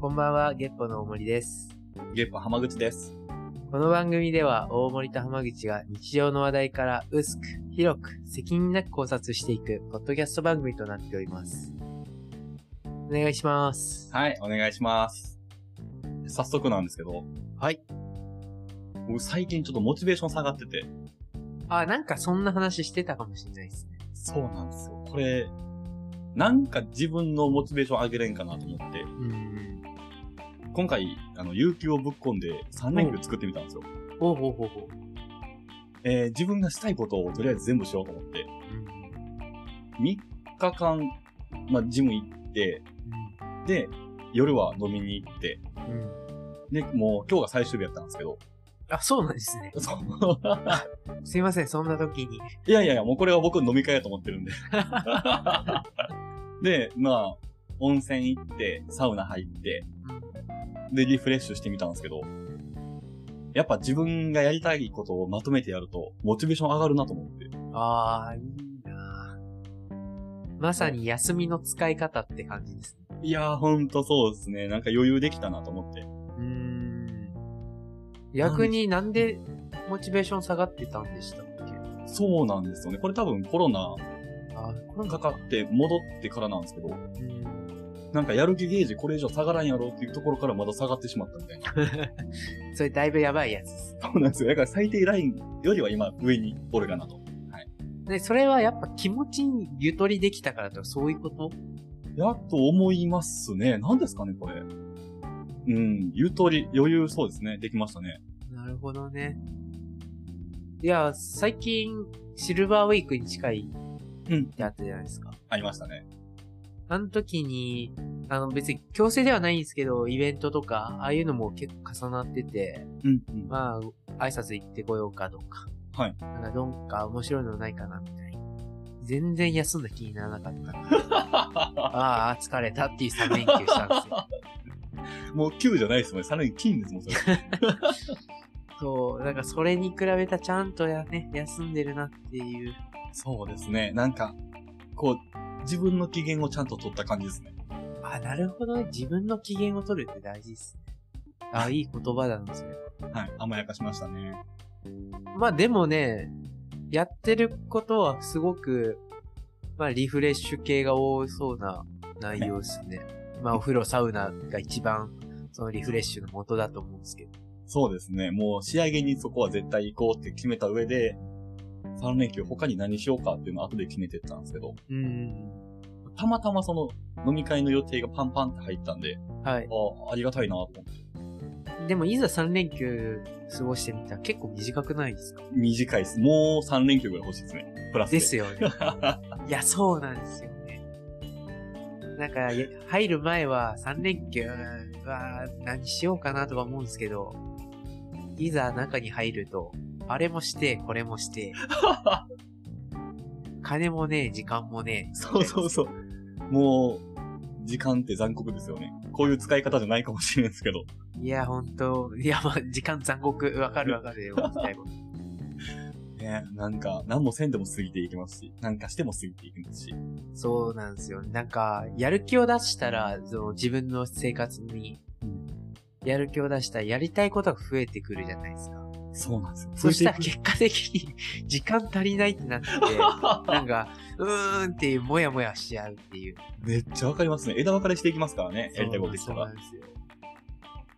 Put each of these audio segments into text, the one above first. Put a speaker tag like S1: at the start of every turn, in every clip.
S1: こんばんは、ゲッポの大森です。
S2: ゲップ浜口です。
S1: この番組では大森と浜口が日常の話題から薄く、広く、責任なく考察していく、ポッドキャスト番組となっております。お願いします。
S2: はい、お願いします。早速なんですけど、
S1: はい。
S2: 僕最近ちょっとモチベーション下がってて。
S1: あ、なんかそんな話してたかもしれないですね。
S2: そうなんですよ。これ、なんか自分のモチベーション上げれんかなと思って、
S1: うん。
S2: 今回、あの、有給をぶっ込んで3連休作ってみたんですよ。
S1: おうほうほうほう。
S2: えー自分がしたいことをとりあえず全部しようと思って、
S1: うん。
S2: 3日間、まあ、ジム行って、で、夜は飲みに行って、
S1: うん。うん。
S2: で、もう今日が最終日やったんですけ ど、
S1: あ、そうなんですね。
S2: そう。
S1: すいません、そんな時に。
S2: いやいやいや、もうこれは僕の飲み会やと思ってるんで。で、まあ、温泉行って、サウナ入って、で、リフレッシュしてみたんですけど、やっぱ自分がやりたいことをまとめてやると、モチベーション上がるなと思って。
S1: ああ、いいなーまさに休みの使い方って感じですね。
S2: いやー、ほんとそうですね。なんか余裕できたなと思って。
S1: うーん。逆になんでモチベーション下がってたんでしたっけ
S2: そうなんですよね。これ多分コロナ
S1: あ、これ
S2: かかって戻ってからなんですけど、
S1: うん
S2: なんかやる気ゲージこれ以上下がらんやろっていうところからまだ下がってしまったみたいな。
S1: それだいぶやばいやつです。
S2: そうなんですよ。だから最低ラインよりは今上におるかなと。
S1: で、それはやっぱ気持ちにゆとりできたからとかそういうこと
S2: やっと思いますね。何ですかね、これ。うん、ゆとり、余裕そうですね。できましたね。
S1: なるほどね。いや、最近、シルバーウィークに近い
S2: うん
S1: っ。てあったじゃないですか。
S2: ありましたね。
S1: あの時に、あの別に強制ではないんですけど、イベントとか、ああいうのも結構重なってて、
S2: うん、うん。
S1: まあ、挨拶行ってこようかどうか。
S2: はい。
S1: なんかどんか面白いのないかな、みたいな。全然休んだ気にならなかったから。ああ、疲れたっていう3連休したんです よ。
S2: もう9じゃないですもんね。さらに金ですもん、それ。
S1: そう、なんかそれに比べたちゃんとやね、休んでるなっていう。
S2: そうですね。なんか、こう、自分の機嫌をちゃんと取った感じですね。
S1: あなるほどね。自分の機嫌を取るって大事ですね。あいい言葉だな、それ。
S2: はい。甘やかしましたね。
S1: まあでもね、やってることはすごく、まあリフレッシュ系が多そうな内容ですね。まあお風呂、サウナが一番、そのリフレッシュの元だと思うんですけど。
S2: そうですね。もう仕上げにそこは絶対行こうって決めた上で、3連休他に何しようかっていうのを後で決めてったんですけど、
S1: うん。
S2: たまたまその飲み会の予定がパンパンって入ったんで、
S1: はい。
S2: ああ、ありがたいなと思って。
S1: でもいざ3連休過ごしてみたら結構短くないですか
S2: 短いです。もう3連休ぐらい欲しいですね。プラスで。
S1: ですよね。いや、そうなんですよね。なんか、や入る前は3連休は何しようかなとか思うんですけど、いざ中に入ると、あれもして、これもして、金もねえ、時間もねえ。
S2: そうそうそう。もう、時間って残酷ですよね。こういう使い方じゃないかもしれないですけど。
S1: いや、ほんと、いや、まあ、時間残酷、わかるわかるよ、みたいな。
S2: ねなんか、何もせんでも過ぎていきますし、なんかしても過ぎていきますし。
S1: そうなんですよ。なんか、やる気を出したら、その自分の生活に、やる気を出したら、やりたいことが増えてくるじゃないですか。
S2: そうなんですよ。
S1: そしたら
S2: 増えてい
S1: 結果的に、時間足りないって なって、なんか、うーんっていう、もやもやしちゃうっていう。
S2: くめっちゃわかりますね。枝分かれしていきますからね。やりたいことできた
S1: そうな
S2: ら
S1: ん。ですよ。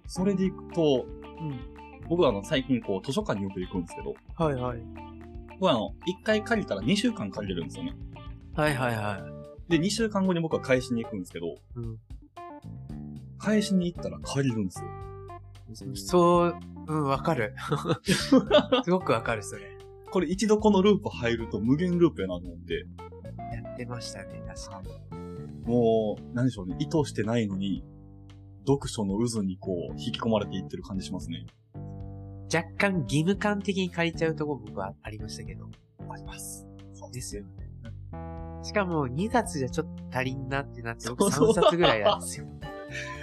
S2: それでいくと、
S1: うん。
S2: 僕はあの、最近こう、図書館によく行くんですけど、
S1: はいはい。
S2: 僕はあの、1回借りたら2週間借りれるんですよね。
S1: はいはいは
S2: で、2週間後に僕は返しに行くんですけど、
S1: い。うん。
S2: 返しに行ったら借りるんですよ。
S1: そう、うん、わかる。 すごくわかる、それ。
S2: これ一度このループ入ると無限ループやなと思って、
S1: やってましたね、確かに。
S2: もう、何でしょうね、意図してないのに、読書の渦にこう、引き込まれていってる感じしますね。
S1: 若干義務感的に借りちゃうとこ僕はありましたけど。
S2: あります。
S1: ですよね。しかも、2冊じゃちょっと足りんなってなって、僕
S2: そうそ
S1: 3
S2: う
S1: 冊ぐらいなんですよ。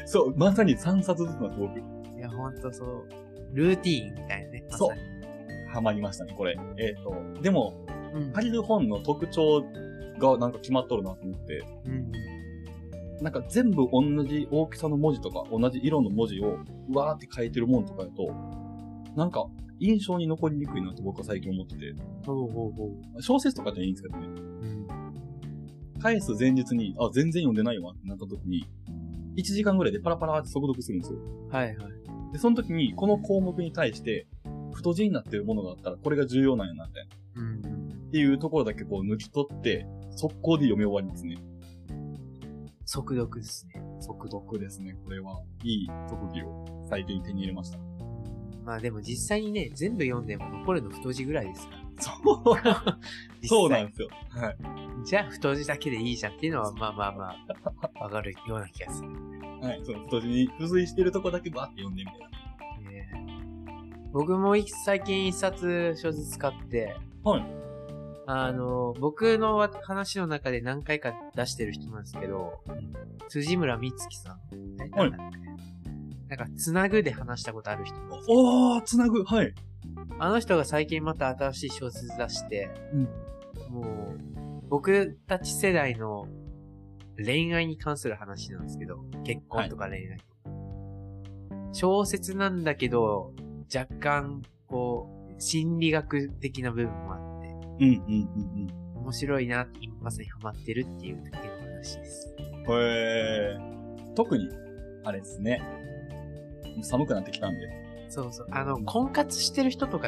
S2: そう、まさに3冊ずつの僕、
S1: いや、ほんとそう。ルーティーンみたいなね。まさ
S2: そう
S1: に。
S2: ハマりましたね、これ。えっ、と、でも、
S1: うん。
S2: 借りる本の特徴がなんか決まっとるなと思って、
S1: うん。
S2: なんか全部同じ大きさの文字とか、同じ色の文字を、うわーって書いてるもんとかやと、なんか、印象に残りにくいなって僕は最近思ってて、
S1: ほうほうほ
S2: 小説とかじゃいいんですけどね、
S1: う。うん。
S2: 返す前日に、あ、全然読んでないわってなった時に、1時間ぐらいでパラパラって速読するんですよ。
S1: はいはい。
S2: で、その時に、この項目に対して、太字になってるものがあったら、これが重要なんやな、みたいな。
S1: うん。
S2: っていうところだけこう抜き取って、速攻で読み終わりますね。
S1: 速読ですね。
S2: 速読ですね、これは。いい特技を最近手に入れました。
S1: まあでも実際にね、全部読んでも残るの太字ぐらいですから。
S2: そう
S1: 実際
S2: そうなんですよ。はい。
S1: じゃあ太字だけでいいじゃんっていうのは、まあまあまあ、わかるような気がする。
S2: はい。その太字に付随してるとこだけバーって読んでみたいな。
S1: ね僕もい最近一冊小説買って、
S2: はい。
S1: あの、僕のわ話の中で何回か出してる人なんですけど、辻村美月さん。
S2: はい
S1: なんか、つなぐで話したことある人なんですけど
S2: おー、つなぐはい。
S1: あの人が最近また新しい小説出して、
S2: うん
S1: もう、僕たち世代の恋愛に関する話なんですけど、結婚とか恋愛とか。小説なんだけど、若干、こう、心理学的な部分もあって、
S2: うん、うん、
S1: 面白いな、今まさにハマってるっていうだけの話です。
S2: うん、うん。へー。特に、あれですね。寒くなってきたんで。
S1: そうそう。あの、婚活してる人とか、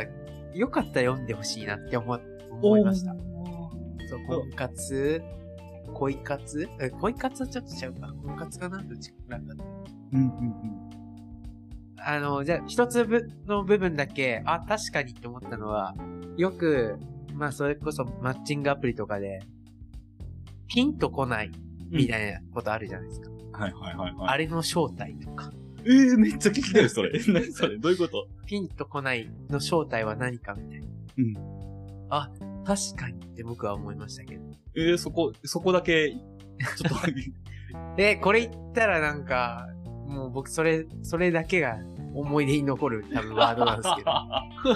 S1: よかったら読んでほしいなって思、思いました。そう、
S2: そう
S1: 婚活、恋活え、恋活はちょっとちゃうか。婚活かなどっちかなんか
S2: うん、うん、
S1: あの、じゃあ、一つぶの部分だけ、あ、確かにって思ったのは、よく、まあ、それこそマッチングアプリとかで、ピンとこない、みたいなことあるじゃないですか。
S2: うん。はい、はい、はい、はい。
S1: あれの正体とか、
S2: えー、めっちゃ聞きたい、それ。 何それどういうこと
S1: ピンとこないの正体は何かみたいな。
S2: うん。
S1: あ、確かにって僕は思いましたけど。
S2: えー、そこ、そこだけ、ちょっと、
S1: で、これ言ったらなんか、もう僕それ、それだけが思い出に残る多分ワードなんですけ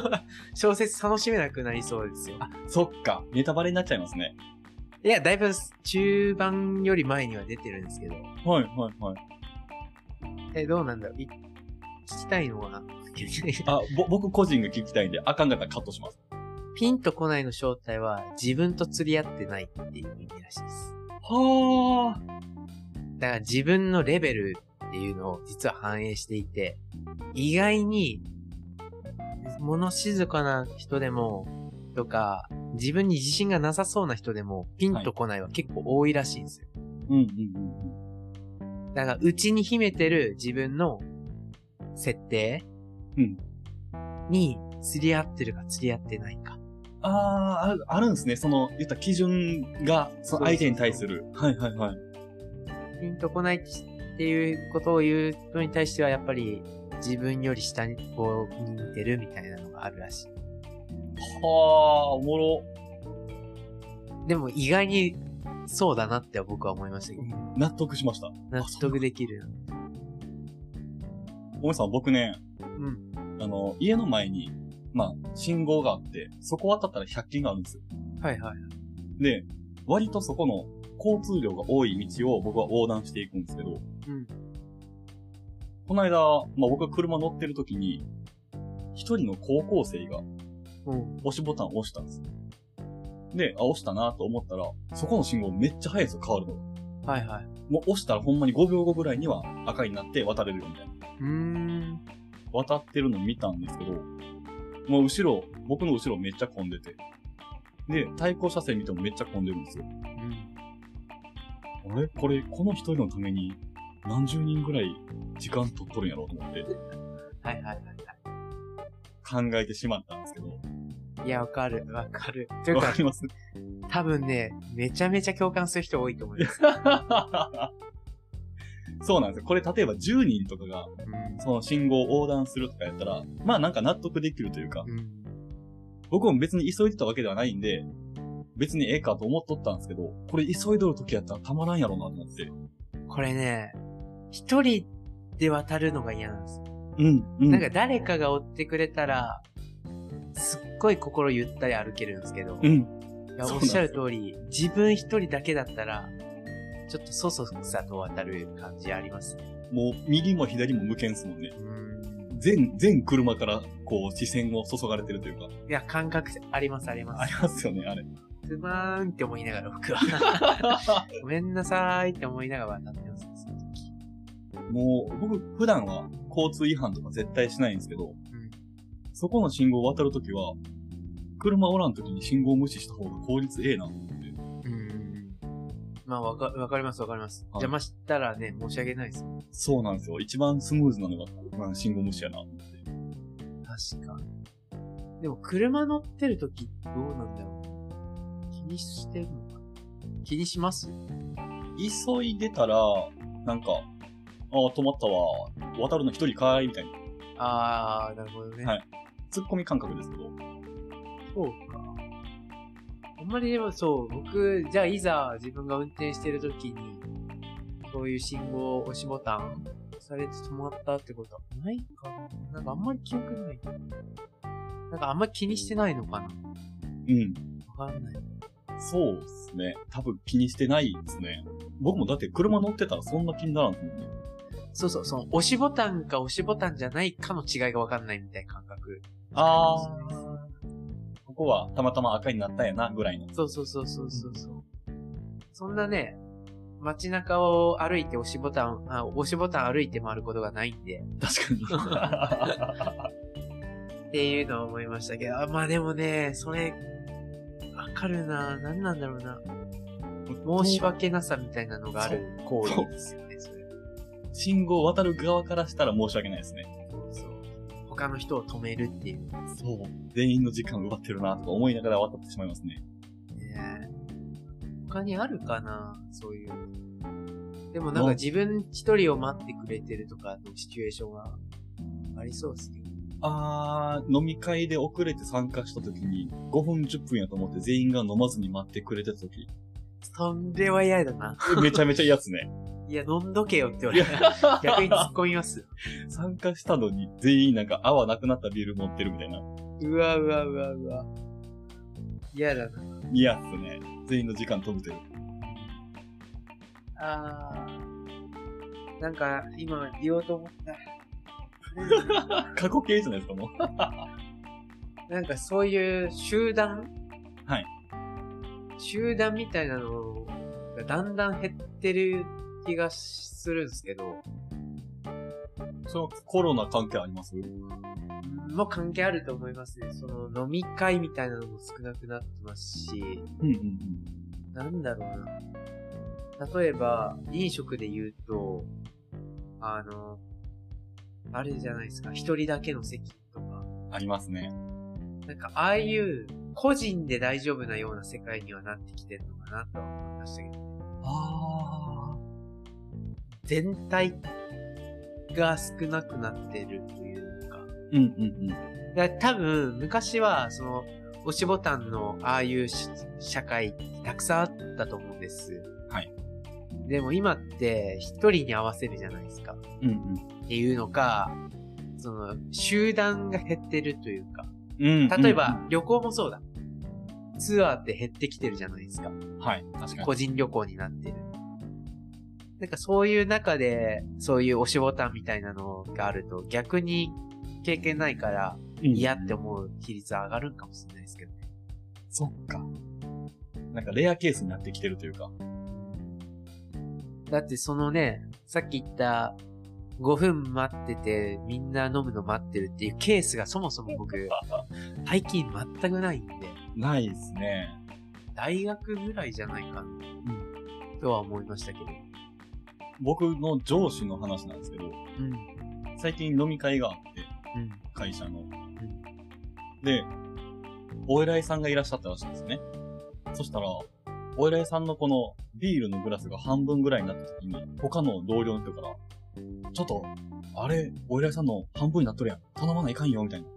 S1: ど。小説楽しめなくなりそうですよ。
S2: そっか、ネタバレになっちゃいますね。
S1: いや、だいぶ中盤より前には出てるんですけど。
S2: はい、はい、はい。
S1: え、どうなんだろうい聞きたいのは、
S2: あ、ぼ、僕個人が聞きたいんで、あかんかったらカットします。
S1: ピンとこないの正体は自分と釣り合ってないっていう意味らしいです。
S2: は
S1: だから自分のレベルっていうのを実は反映していて、意外に、物静かな人でも、とか、自分に自信がなさそうな人でも、ピンとこないは結構多いらしいんですよ。
S2: ー。うん、うん、
S1: だから、内に秘めてる自分の設定
S2: うん
S1: に、釣り合ってるか釣り合ってないか。
S2: うん。あー、ああるんですね。その、言った基準が、その相手に対する。はい、はい、はい。
S1: ピンとこないっていうことを言う人に対しては、やっぱり自分より下にこう見てるみたいなのがあるらしい。
S2: はー、おもろ。
S1: でも意外にそうだなって僕は思いましたけど、
S2: 納得しました。
S1: 納得できる。
S2: おめさん、僕ね、
S1: うん。
S2: あの、家の前に、まあ、信号があって、そこ渡ったら100均があるんですよ。
S1: はいはい。
S2: で、割とそこの交通量が多い道を僕は横断していくんですけど、
S1: うん。
S2: この間、まあ、僕が車乗ってる時に、一人の高校生が
S1: うん。
S2: 押しボタンを押したんです。で、あ、押したなと思ったら、そこの信号めっちゃ早いんですよ、変わるのが。
S1: はいはい。
S2: もう押したらほんまに5秒後ぐらいには赤になって渡れるよみたいな。
S1: うーん。
S2: 渡ってるの見たんですけど、もう後ろ、僕の後ろめっちゃ混んでて。で、対向車線見てもめっちゃ混んでるんですよ。
S1: うん。
S2: あれこれ、この一人のために何十人ぐらい時間取っとるんやろうと思って
S1: はいはいはい
S2: 考えてしまったんですけど。
S1: はい。いや、わかる、わかる。という
S2: わ
S1: か
S2: か、ります
S1: 多分ね、めちゃめちゃ共感する人多いと思い ます。
S2: そうなんですよ。これ例えば10人とかがその信号を横断するとかやったら、まあなんか納得できるというか、
S1: うん。うん。
S2: 僕も別に急いでたわけではないんで、別にええかと思っとったんですけど、これ急いどる時やったらたまらんやろうなと思って。
S1: これね、一人で渡るのが嫌なんです。
S2: うん、うん。
S1: なんか誰かが追ってくれたら、すっごい心ゆったり歩けるんですけど、
S2: う
S1: い
S2: ん。
S1: や
S2: そ
S1: お
S2: うなん
S1: っ
S2: です
S1: し
S2: よ
S1: ゃる通り、自分一人だけだったら、ちょっとそそくさと渡る感じありますね。
S2: もう右も左も無限ですもんね。
S1: うん。
S2: 全、全車からこう視線を注がれてるというか。
S1: いや、感覚ありますあり
S2: あ
S1: ま
S2: り
S1: す。
S2: ますよね、 あれ。
S1: すまーんって思いながら僕 は。ごめんなさーいって思いながら渡ってます。
S2: もう、僕、普段は交通違反とか絶対しないんですけど、
S1: ん
S2: そこの信号を渡るときは、車おらんときに信号を無視した方が効率ええな。
S1: うん。まあ、わか、わかりますわかります。
S2: はい
S1: 邪魔したらね、申し訳ないです。
S2: そうなんですよ。一番スムーズなのが、まあ、信号無視やな。
S1: 確かに。でも、車乗ってる時どうなんだろう。気にしてるのか気にします
S2: 急いでたら、なんか、ああ、止まったわ。渡るの一人かいみたいな。
S1: あー、なるほどね。
S2: はい突っ込み感覚ですけど。
S1: そうか。あんまりでもそう、僕、じゃあいざ自分が運転してる時に、そういう信号押しボタン押されて止まったってことはないかななんかあんまり記憶にない。なんかあんまり気にしてないのかな
S2: うん。
S1: わかんない。
S2: そうですね。多分気にしてないですね。僕もだって車乗ってたらそんな気にならんと思うね。
S1: そうそう、その押しボタンか押しボタンじゃないかの違いがわかんないみたいな感覚。
S2: ああ。ここはたまたま赤になったんやな、ぐらいの。
S1: そうそうそうそうそうそう。そんなね、街中を歩いて押しボタン、あ押しボタン歩いて回ることがないんで、
S2: 確かに。
S1: っていうのは思いましたけど、あまあでもね、それ、わかるな何なんだろうな。申し訳なさみたいなのがある行為ですよね、それ。
S2: 信号を渡る側からしたら申し訳ないですね。
S1: そうそう。他の人を止めるっていう。
S2: そう。全員の時間を奪ってるな、とか思いながら渡ってしまいますね。
S1: ね他にあるかなそういう。でもなんか自分一人を待ってくれてるとかのシチュエーションはありそうですけど。
S2: あー、飲み会で遅れて参加した時に、5分10分やと思って全員が飲まずに待ってくれてた時、
S1: それは嫌だな。
S2: めちゃめちゃ嫌っすね。
S1: いや、飲んどけよって言われた。逆に突っ込みます。
S2: 参加したのに全員なんか泡なくなったビール持ってるみたいな。
S1: うわうわうわうわ。嫌だな。
S2: 嫌っすね。全員の時間飛ぶてる。
S1: あー。なんか、今言おうと思った。
S2: 過去形じゃないですか、もう。
S1: なんかそういう集団
S2: はい。
S1: 集団みたいなのがだんだん減ってる気がするんですけど、
S2: そのコロナ関係あります
S1: もう関係あると思いますね。その飲み会みたいなのも少なくなってますし、
S2: うんうんうん。
S1: なんだろうな。例えば、飲食で言うと、あの、あれじゃないですか、一人だけの席とか、
S2: ありますね。
S1: なんか、ああいう、個人で大丈夫なような世界にはなってきてるのかなとは思いましたけど、
S2: あ
S1: 全体が少なくなってるというか、
S2: ー。うんうんうん。
S1: だから多分、昔は、その、押しボタンのああいうし社会ってたくさんあったと思うんです。
S2: はい。
S1: でも今って、一人に合わせるじゃないですか。
S2: うんうん。
S1: っていうのか、その、集団が減ってるというか、
S2: うん
S1: 例えば、、旅行もそうだ。ツアーって減ってきてるじゃないですか。
S2: はい、確かに。
S1: 個人旅行になってる。なんかそういう中で、そういう押しボタンみたいなのがあると、逆に経験ないから嫌って思う比率は上がるんかもしれないですけどね。
S2: そっか。なんかレアケースになってきてるというか。
S1: だってそのね、さっき言った5分待っててみんな飲むの待ってるっていうケースがそもそも僕、最近全くないんで、
S2: ないですね。
S1: 大学ぐらいじゃないかな、とは思いましたけど。
S2: 僕の上司の話なんですけど、
S1: うん。
S2: 最近飲み会があって、
S1: うん。
S2: 会社の。で、お偉いさんがいらっしゃったらしいんですね。そしたら、お偉いさんのこのビールのグラスが半分ぐらいになった時に、他の同僚の人から、ちょっと、あれ、お偉いさんの半分になっとるやん。頼まないかんよ、みたいな。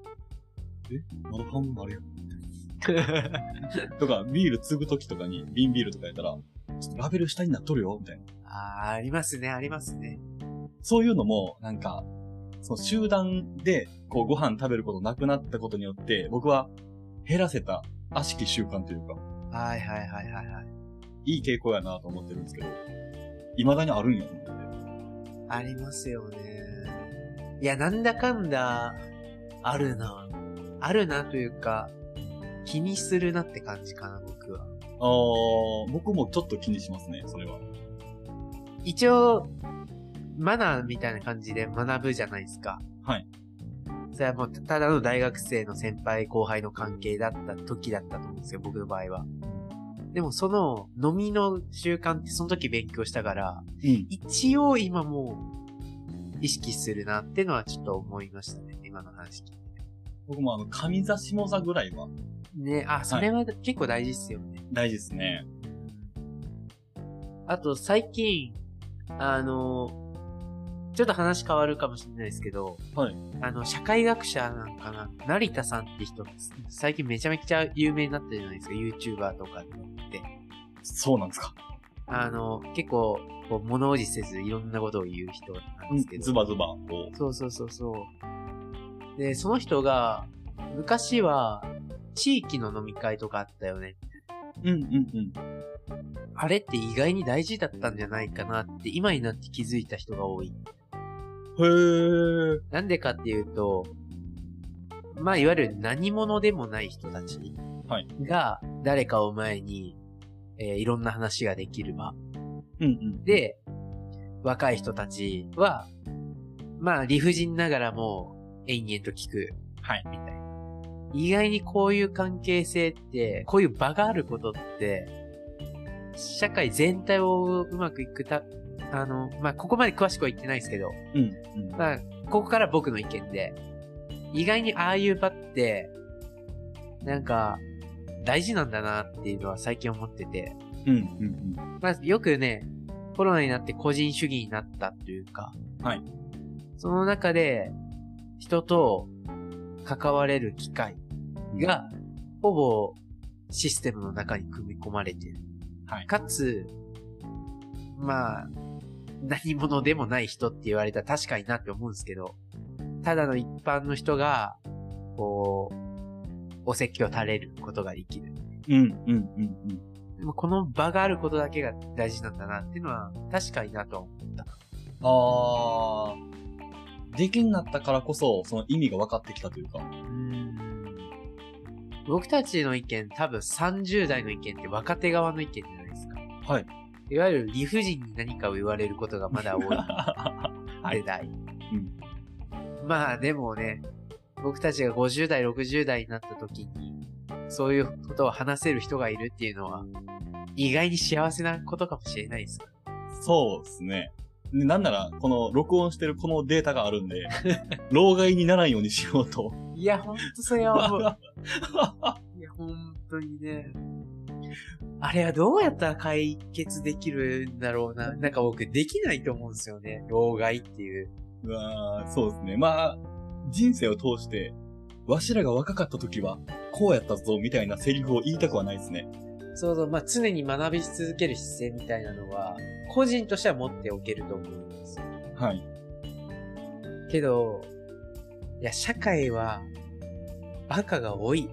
S2: えまだ半分あるやん。とか、ビール継ぐ時とかに、瓶ビールとかやったら、ちょっとラベル下になっとるよ、みたいな。
S1: あー、ありますね、ありますね。
S2: そういうのも、なんか、その集団で、こう、ご飯食べることなくなったことによって、僕は減らせた悪しき習慣というか、
S1: はいはいはいはいはい。
S2: いい傾向やなと思ってるんですけど、未だにあるんやと思って。
S1: ありますよね。いや、なんだかんだ、あるな。あるなというか、気にするなって感じかな、僕は。
S2: あー、僕もちょっと気にしますね、それは。
S1: 一応、マナーみたいな感じで学ぶじゃないですか。
S2: はい。
S1: それはもう、ただの大学生の先輩後輩の関係だった時だったと思うんですよ、僕の場合は。でも、その、飲みの習慣ってその時勉強したから、
S2: うん。
S1: 一応今もう、意識するなってのはちょっと思いましたね、今の話聞いて。
S2: 僕もあの、上座下座ぐらいは
S1: ね、あ、それは結構大事ですよね。
S2: 大事ですね。
S1: あと、最近、あの、ちょっと話変わるかもしれないですけど、
S2: はい
S1: あの、社会学者なんかな、成田さんって人、最近めちゃめちゃ有名になったじゃないですか、YouTuber とかって。
S2: そうなんですか。
S1: あの、結構、こう物おじせずいろんなことを言う人なんですけど。
S2: ズバズバ、こ
S1: そうそうそうそう。で、その人が、昔は、地域の飲み会とかあったよね
S2: う。うんうんうん。
S1: あれって意外に大事だったんじゃないかなって今になって気づいた人が多い。
S2: へー。
S1: なんでかっていうと、まあ、いわゆる何者でもない人たち
S2: はい
S1: が、誰かを前に、えーいろんな話ができる場。
S2: うんうん。、
S1: で、若い人たちは、まあ、理不尽ながらも、延々と聞く。
S2: はい。
S1: みたいな。意外にこういう関係性って、こういう場があることって、社会全体をうまくいくた、あの、まあ、ここまで詳しくは言ってないですけど、
S2: うんうん。
S1: まあ、ここから僕の意見で、意外にああいう場って、なんか、大事なんだなっていうのは最近思ってて、
S2: うんうん
S1: まあ、よくね、コロナになって個人主義になったというか、
S2: はい。
S1: その中で、人と関われる機会
S2: うん。、
S1: が、ほぼシステムの中に組み込まれてる。
S2: はい
S1: かつ、まあ、何者でもない人って言われたら確かになって思うんですけど、ただの一般の人が、こう、お説教垂れることができる。
S2: うんうんうんうん。
S1: でもこの場があることだけが大事なんだなっていうのは確かになとは思った。
S2: あー。できんなったからこそ、その意味が分かってきたというか。
S1: 僕たちの意見、多分30代の意見って若手側の意見じゃないですか。
S2: はい。
S1: いわゆる理不尽に何かを言われることがまだ多い
S2: はい
S1: 世代。まあでもね、僕たちが50代、60代になった時に、そういうことを話せる人がいるっていうのは、意外に幸せなことかもしれないです。
S2: そうですね。でなんなら、この録音してるこのデータがあるんで、 老害にならんようにしようと。
S1: いや、ほんとそれは 思う。いや、本当にね。あれはどうやったら解決できるんだろうな。なんか僕、できないと思うんですよね。老害っていう。
S2: うわーそうですね。まあ、人生を通して、わしらが若かった時は、こうやったぞ、みたいなセリフを言いたくはないですね。
S1: そうそう、まあ、常に学び続ける姿勢みたいなのは、個人としては持っておけると思うんですよ。
S2: はい。
S1: けど、いや、社会は、バカが多い。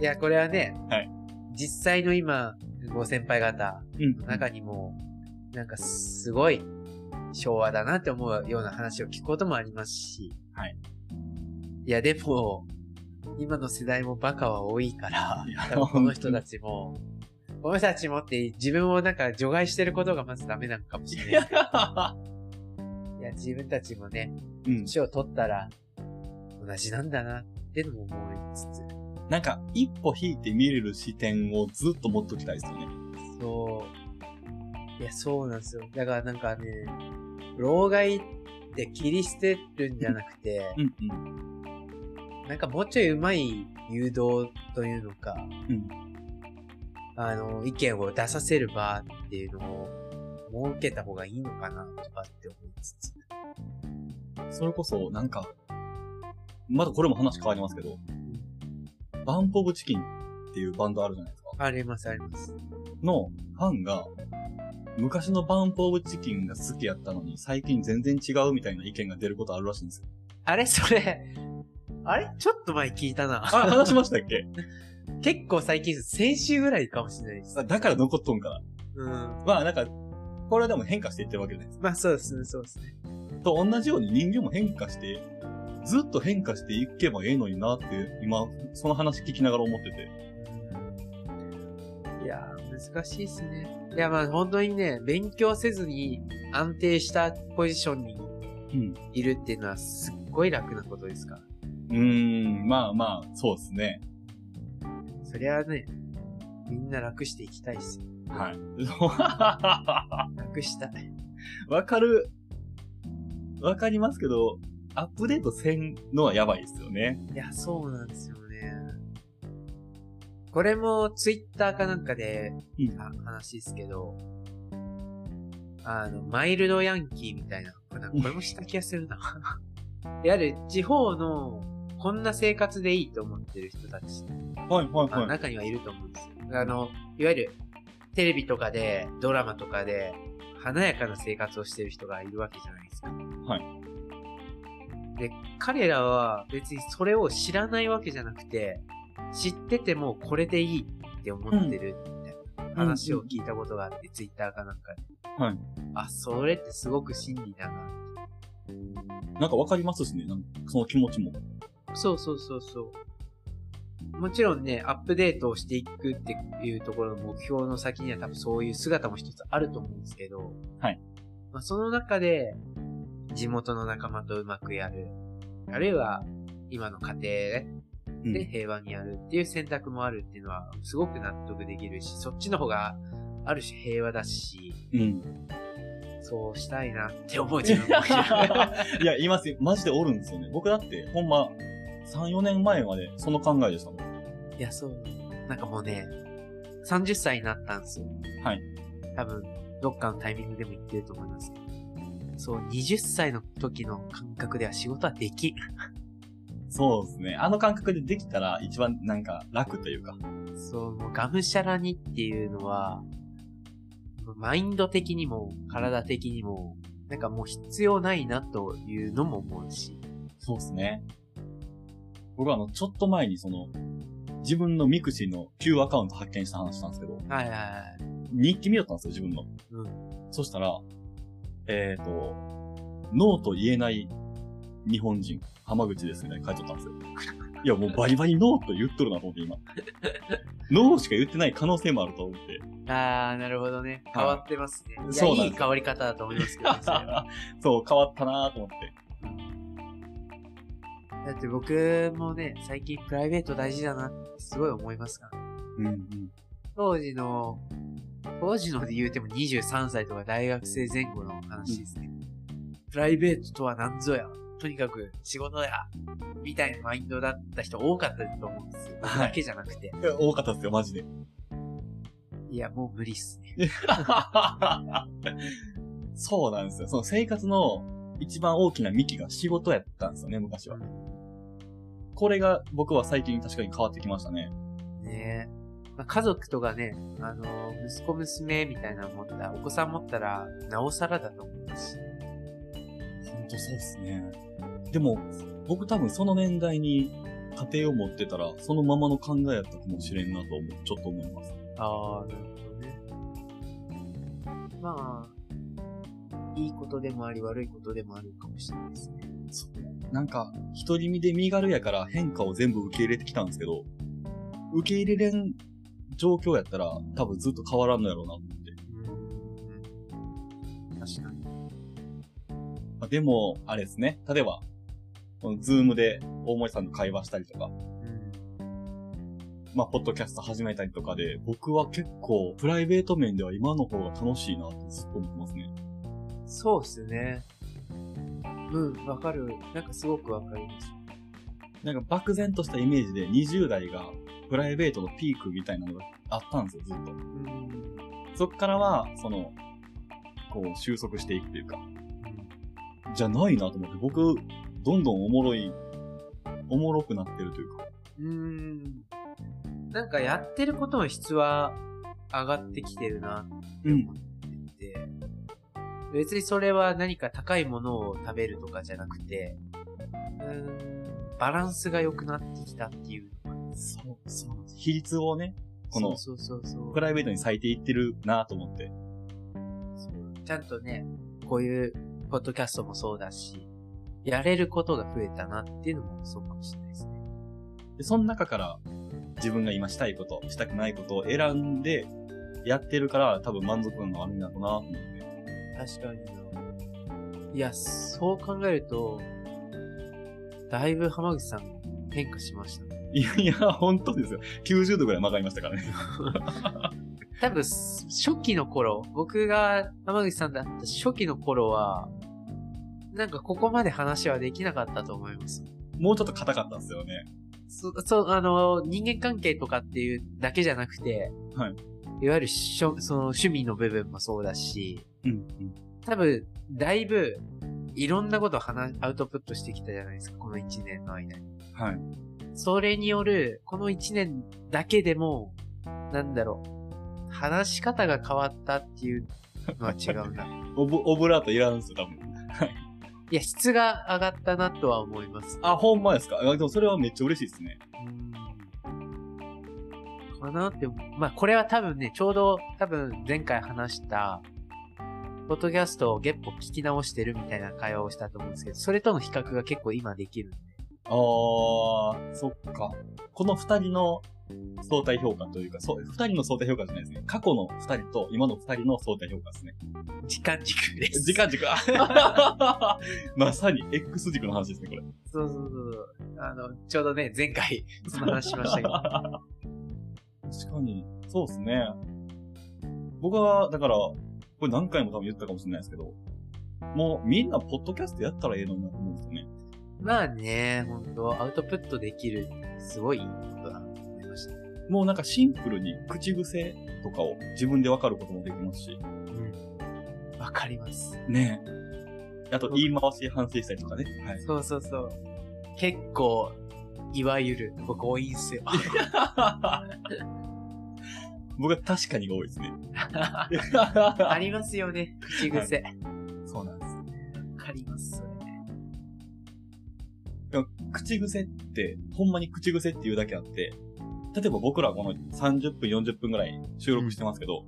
S1: いや、これはね、
S2: はい
S1: 実際の今、ご先輩方、
S2: うん。
S1: 中にも、なんかすごい昭和だなって思うような話を聞くこともありますし。
S2: はい。
S1: いや、でも、今の世代もバカは多いから、多分この人たちも、この人たちもって自分をなんか除外してることがまずダメなのかもしれない。いや、自分たちもね、
S2: うん。
S1: 年を取ったら同じなんだなってのも思いつつ。
S2: なんか、一歩引いて見れる視点をずっと持っときたいですよね。
S1: そう。いや、そうなんですよ。だからなんかね、老害って切り捨てるんじゃなくて、
S2: うんうん。
S1: なんかもうちょい上手い誘導というのか、
S2: うん
S1: あの、意見を出させる場っていうのを設けた方がいいのかなとかって思いつつ。
S2: それこそ、なんか、まだこれも話変わりますけど、バンポブチキンっていうバンドあるじゃないですか。
S1: ありますあります。
S2: のファンが、昔のバンポブチキンが好きやったのに、最近全然違うみたいな意見が出ることあるらしいんですよ。
S1: あれそれ、あれちょっと前聞いたな。
S2: あ、話しましたっけ
S1: 結構最近、先週ぐらいかもしれないです。
S2: だから残っとんかな。
S1: うん。
S2: まあなんか、これはでも変化していってるわけです。
S1: まあそうですね、そうですね。
S2: と同じように人間も変化して、ずっと変化していけばええのになって、今、その話聞きながら思ってて。
S1: いやー、難しいですね。いや、まあ本当にね、勉強せずに安定したポジションに
S2: うん。
S1: いるっていうのはすっごい楽なことですから。
S2: うーん、まあまあ、そうですね。
S1: そりゃあね、みんな楽していきたいっすよ。
S2: はい。
S1: 楽したい。
S2: わかる。わかりますけど、アップデートせんのはやばいですよね。
S1: いや、そうなんですよね。これもツイッターかなんかで
S2: うん
S1: あ話ですけど、あの、マイルドヤンキーみたいな、これなんかこれもした気がするな。 いわゆる地方のこんな生活でいいと思ってる人たち
S2: はいはい
S1: まあ
S2: はい。。
S1: 中にはいると思うんですよ。あの、いわゆる、テレビとかで、ドラマとかで、華やかな生活をしてる人がいるわけじゃないですか。はいで、彼らは別にそれを知らないわけじゃなくて、知っててもこれでいいって思ってるみたいな話を聞いたことがあって、ツイッターかなんかで。
S2: はい。
S1: あ、それってすごく真理だな。
S2: なんかわかりますしね、なんかその気持ちも。
S1: そうそうそうそう。もちろんね、アップデートをしていくっていうところの目標の先には多分そういう姿も一つあると思うんですけど、
S2: はい。
S1: まあ、その中で、地元の仲間とうまくやる、あるいは今の家庭
S2: う
S1: で
S2: ん。
S1: 平和にやるっていう選択もあるっていうのはすごく納得できるし、そっちの方がある種平和だし、
S2: うん、
S1: そうしたいなって思う自分もいる。
S2: いや、いますよ。マジでおるんですよね。僕だって、ほんま、3、4年前までその考えでしたもん。
S1: いや、そう。なんかもうね、30歳になったんですよ。
S2: はい。
S1: 多分、どっかのタイミングでも言ってると思いますけど。そう、20歳の時の感覚では仕事はできん。
S2: そうですね。あの感覚でできたら一番なんか楽というか。
S1: そう、もうがむしゃらにっていうのは、マインド的にも体的にも、なんかもう必要ないなというのも思うし。
S2: そうですね。僕はあの、ちょっと前にその、自分のミクシーの旧アカウント発見した話したんですけど、
S1: はいはいはい。
S2: 日記見よったんですよ、自分の。そしたら、えっ、と、ノーと言えない日本人、浜口ですみたいに書いてあったんですよ。いや、もうバリバリノーと言っとるなと思って今。ノーしか言ってない可能性もあると思って。
S1: あー、なるほどね。変わってますね。いや、
S2: そうなんですよ
S1: いい変わり方だと思いますけどね、それは
S2: そう、変わったなーと思って。
S1: だって僕もね、最近プライベート大事だなってすごい思いますから。
S2: うんうん。
S1: 当時の、当時ので言うても23歳とか大学生前後の話ですね。プライベートとは何ぞや。とにかく仕事や。みたいなマインドだった人多かったと思うんですよ。
S2: はい
S1: 僕だけじゃなくて。
S2: いや多かったですよ、マジで。
S1: いや、もう無理っすね。
S2: そうなんですよ。その生活の一番大きな幹が仕事やったんですよね、昔は。これが僕は最近確かに変わってきましたね。
S1: ねえ。まあ、家族とかね、あの、息子娘みたいなの持ったら、お子さん持ったら、なおさらだと思いますし。
S2: 本当そうですね。でも、僕多分その年代に家庭を持ってたら、そのままの考えやったかもしれんなと思う、ちょっと思います。
S1: ああ、なるほどね。まあ、いいことでもあり悪いことでもあるかもしれないですね。
S2: なんか、独り身で身軽やから変化を全部受け入れてきたんですけど、受け入れれん状況やったら、多分ずっと変わらんのやろうなと思って。
S1: うん。確かに。
S2: まあ、でも、あれですね。例えば、このズームで大森さんと会話したりとか、
S1: うん。
S2: まあ、ポッドキャスト始めたりとかで、僕は結構、プライベート面では今の方が楽しいなってずっと思ってますね。
S1: そうっすね。うん、わかる。なんかすごくわかります。
S2: なんか漠然としたイメージで20代がプライベートのピークみたいなのがあったんですよ、ずっと。
S1: うん。
S2: そっからは、その、こう収束していくというか、じゃないなと思って、僕、どんどんおもろい、おもろくなってるというか。
S1: うん。なんかやってることの質は上がってきてるな
S2: うん。
S1: って、別にそれは何か高いものを食べるとかじゃなくて、うーん、バランスが良くなってきたっていうのがそう、そうなんです。
S2: 比率をね、この
S1: そうそうそうそう
S2: プライベートに割いていってるなと思って。
S1: ちゃんとね、こういうポッドキャストもそうだし、やれることが増えたなっていうのもそうかもしれないですね。
S2: で、その中から自分が今したいこと、したくないことを選んでやってるから多分満足感があるんだろうなと思っ
S1: 確
S2: て。
S1: かに。いや、そう考えると、だいぶ浜口さん変化しましたね。
S2: いやいや、本当ですよ。90度ぐらい曲がりましたからね。
S1: 多分、す初期の頃、僕が浜口さんだった初期の頃は、なんかここまで話はできなかったと思います。
S2: もうちょっと硬かったんですよね。
S1: そ、そう、あの、人間関係とかっていうだけじゃなくて、
S2: はい。
S1: いわゆるしょ、その趣味の部分もそうだし、
S2: うん。
S1: 多分、だいぶ、いろんなことを話、アウトプットしてきたじゃないですか、この1年の間に。
S2: はい。
S1: それによる、この1年だけでも、なんだろう、話し方が変わったっていうのは違うな。
S2: オブ、オブラートいらんすよ、多分。
S1: いや、質が上がったなとは思います。
S2: あ、ほんまですかあでもそれはめっちゃ嬉しいですね。
S1: かなって思う、まあこれは多分ね、ちょうど多分前回話した、ポッドキャストをゲッポ聞き直してるみたいな会話をしたと思うんですけど、それとの比較が結構今できる。
S2: あー、そっか。この二人の相対評価というか、そう、二人の相対評価じゃないですね。過去の二人と今の二人の相対評価ですね。
S1: 時間軸です。
S2: 時間軸、あまさに X 軸の話ですね、これ。
S1: そうそうそうそう。あの、ちょうどね、前回、その話しま したけど。
S2: 確かに。そうですね。僕は、だから、これ何回も多分言ったかもしれないですけど、もうみんなポッドキャストやったらええのになと思うんですよね。
S1: まあね、本当アウトプットできる、すごいいいことだなと思いました。
S2: もうなんかシンプルに口癖とかを自分でわかることもできますし、
S1: うん。わかります。
S2: ねえ。あと言い回し反省したりとかね。はい。
S1: そうそうそう。結構、いわゆる、僕多いんすよ。
S2: 僕は確かにが多いですね。
S1: ありますよね、口癖。わ、
S2: そうなんです。
S1: かります、それ。
S2: でも口癖って、ほんまに口癖っていうだけあって、例えば僕らこの30分、40分ぐらい収録してますけど、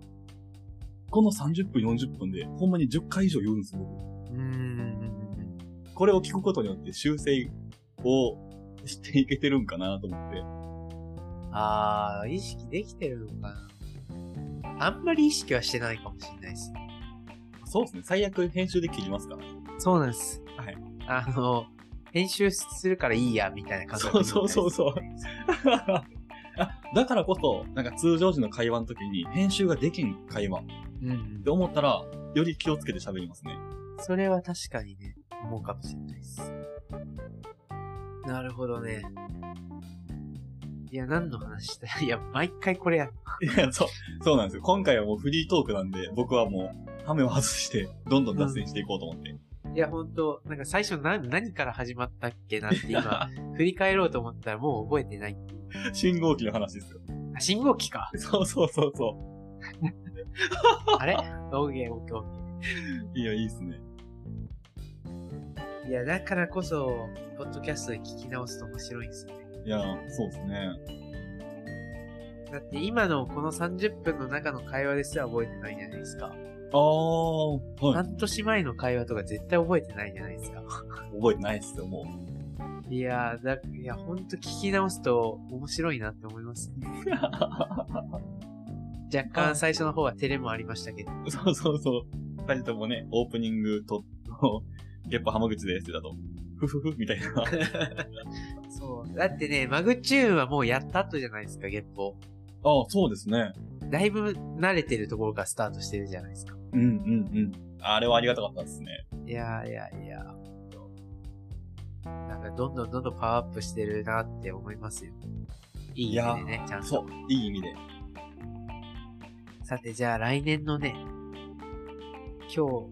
S2: この30分、40分で、ほんまに10回以上言うんですよ。僕
S1: うーん。
S2: これを聞くことによって修正をしていけてるんかなと思って。
S1: あー、意識できてるのかな。あんまり意識はしてないかもしれないです。
S2: そうですね。最悪編集で切りますから。
S1: そうなんです。
S2: はい。
S1: あの、編集するからいいや、みたいな感じ
S2: そうそうそうそうあ だからこそ、なんか通常時の会話の時に編集ができん会話っ
S1: うんうん
S2: て。思ったら、より気をつけて喋りますね。
S1: それは確かにね、思うかもしれないです。なるほどね。いや、何の話した いや、毎回これや。
S2: いや、そう、そうなんですよ。今回はもうフリートークなんで、僕はもう、ハメを外して、どんどん脱線していこうと思って。
S1: いや、ほんと、なんか最初な、何から始まったっけなって 今、振り返ろうと思ったらもう覚えてない。
S2: 信号機の話ですよ。
S1: あ、信号機か。
S2: そうそうそうそ
S1: あれオーケーオーケーオーケー
S2: う。いや、いいっすね。
S1: いや、だからこそ、ポッドキャストで聞き直すと面白いんですよね。
S2: いや、そうですね。
S1: だって今のこの30分の中の会話ですら覚えてないじゃないですか。
S2: あー、はい。
S1: 半年前の会話とか絶対覚えてないじゃないですか。
S2: 覚えてないっすよ、もう。
S1: いやーだ、いや、ほんと聞き直すと面白いなって思いますね。若干最初の方は照れもありましたけど。
S2: そうそうそう。二人ともね、オープニングと、 ゲッパ浜口ですだと、ふふふ、みたいな。
S1: そう。だってね、マグチューンはもうやった後じゃないですか、月報。
S2: ああ、そうですね。
S1: だいぶ慣れてるところからスタートしてるじゃないですか。
S2: うんうんうん。あれはありがたかったですね。
S1: いやーいやいや、ほんとなんかどんどんどんどんパワーアップしてるなって思いますよ。いい意味でね、ちゃん
S2: そ
S1: と
S2: う。、いい意味で。
S1: さてじゃあ来年のね、今日、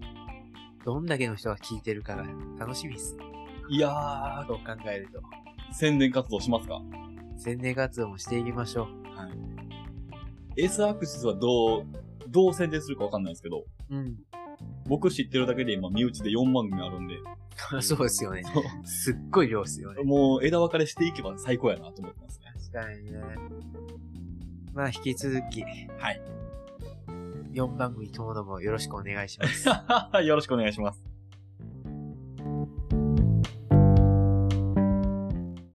S1: どんだけの人が聞いてるかが楽しみっす。
S2: いや
S1: そう考えると。
S2: ー、宣伝活動しますか
S1: 宣伝活動もしていきましょ
S2: S アクシスはどう、どう宣伝するかわかんないですけど、
S1: う。 うん。
S2: 僕知ってるだけで今身内で4万組あるん で、
S1: そうですよね。すっごい量っすよね。
S2: もう枝分かれしていけば最高やなと思ってますね。
S1: かにね。まあ、引き続き。
S2: はい。
S1: 4番組ともどもよろしくお願いします。
S2: よろしくお願いします。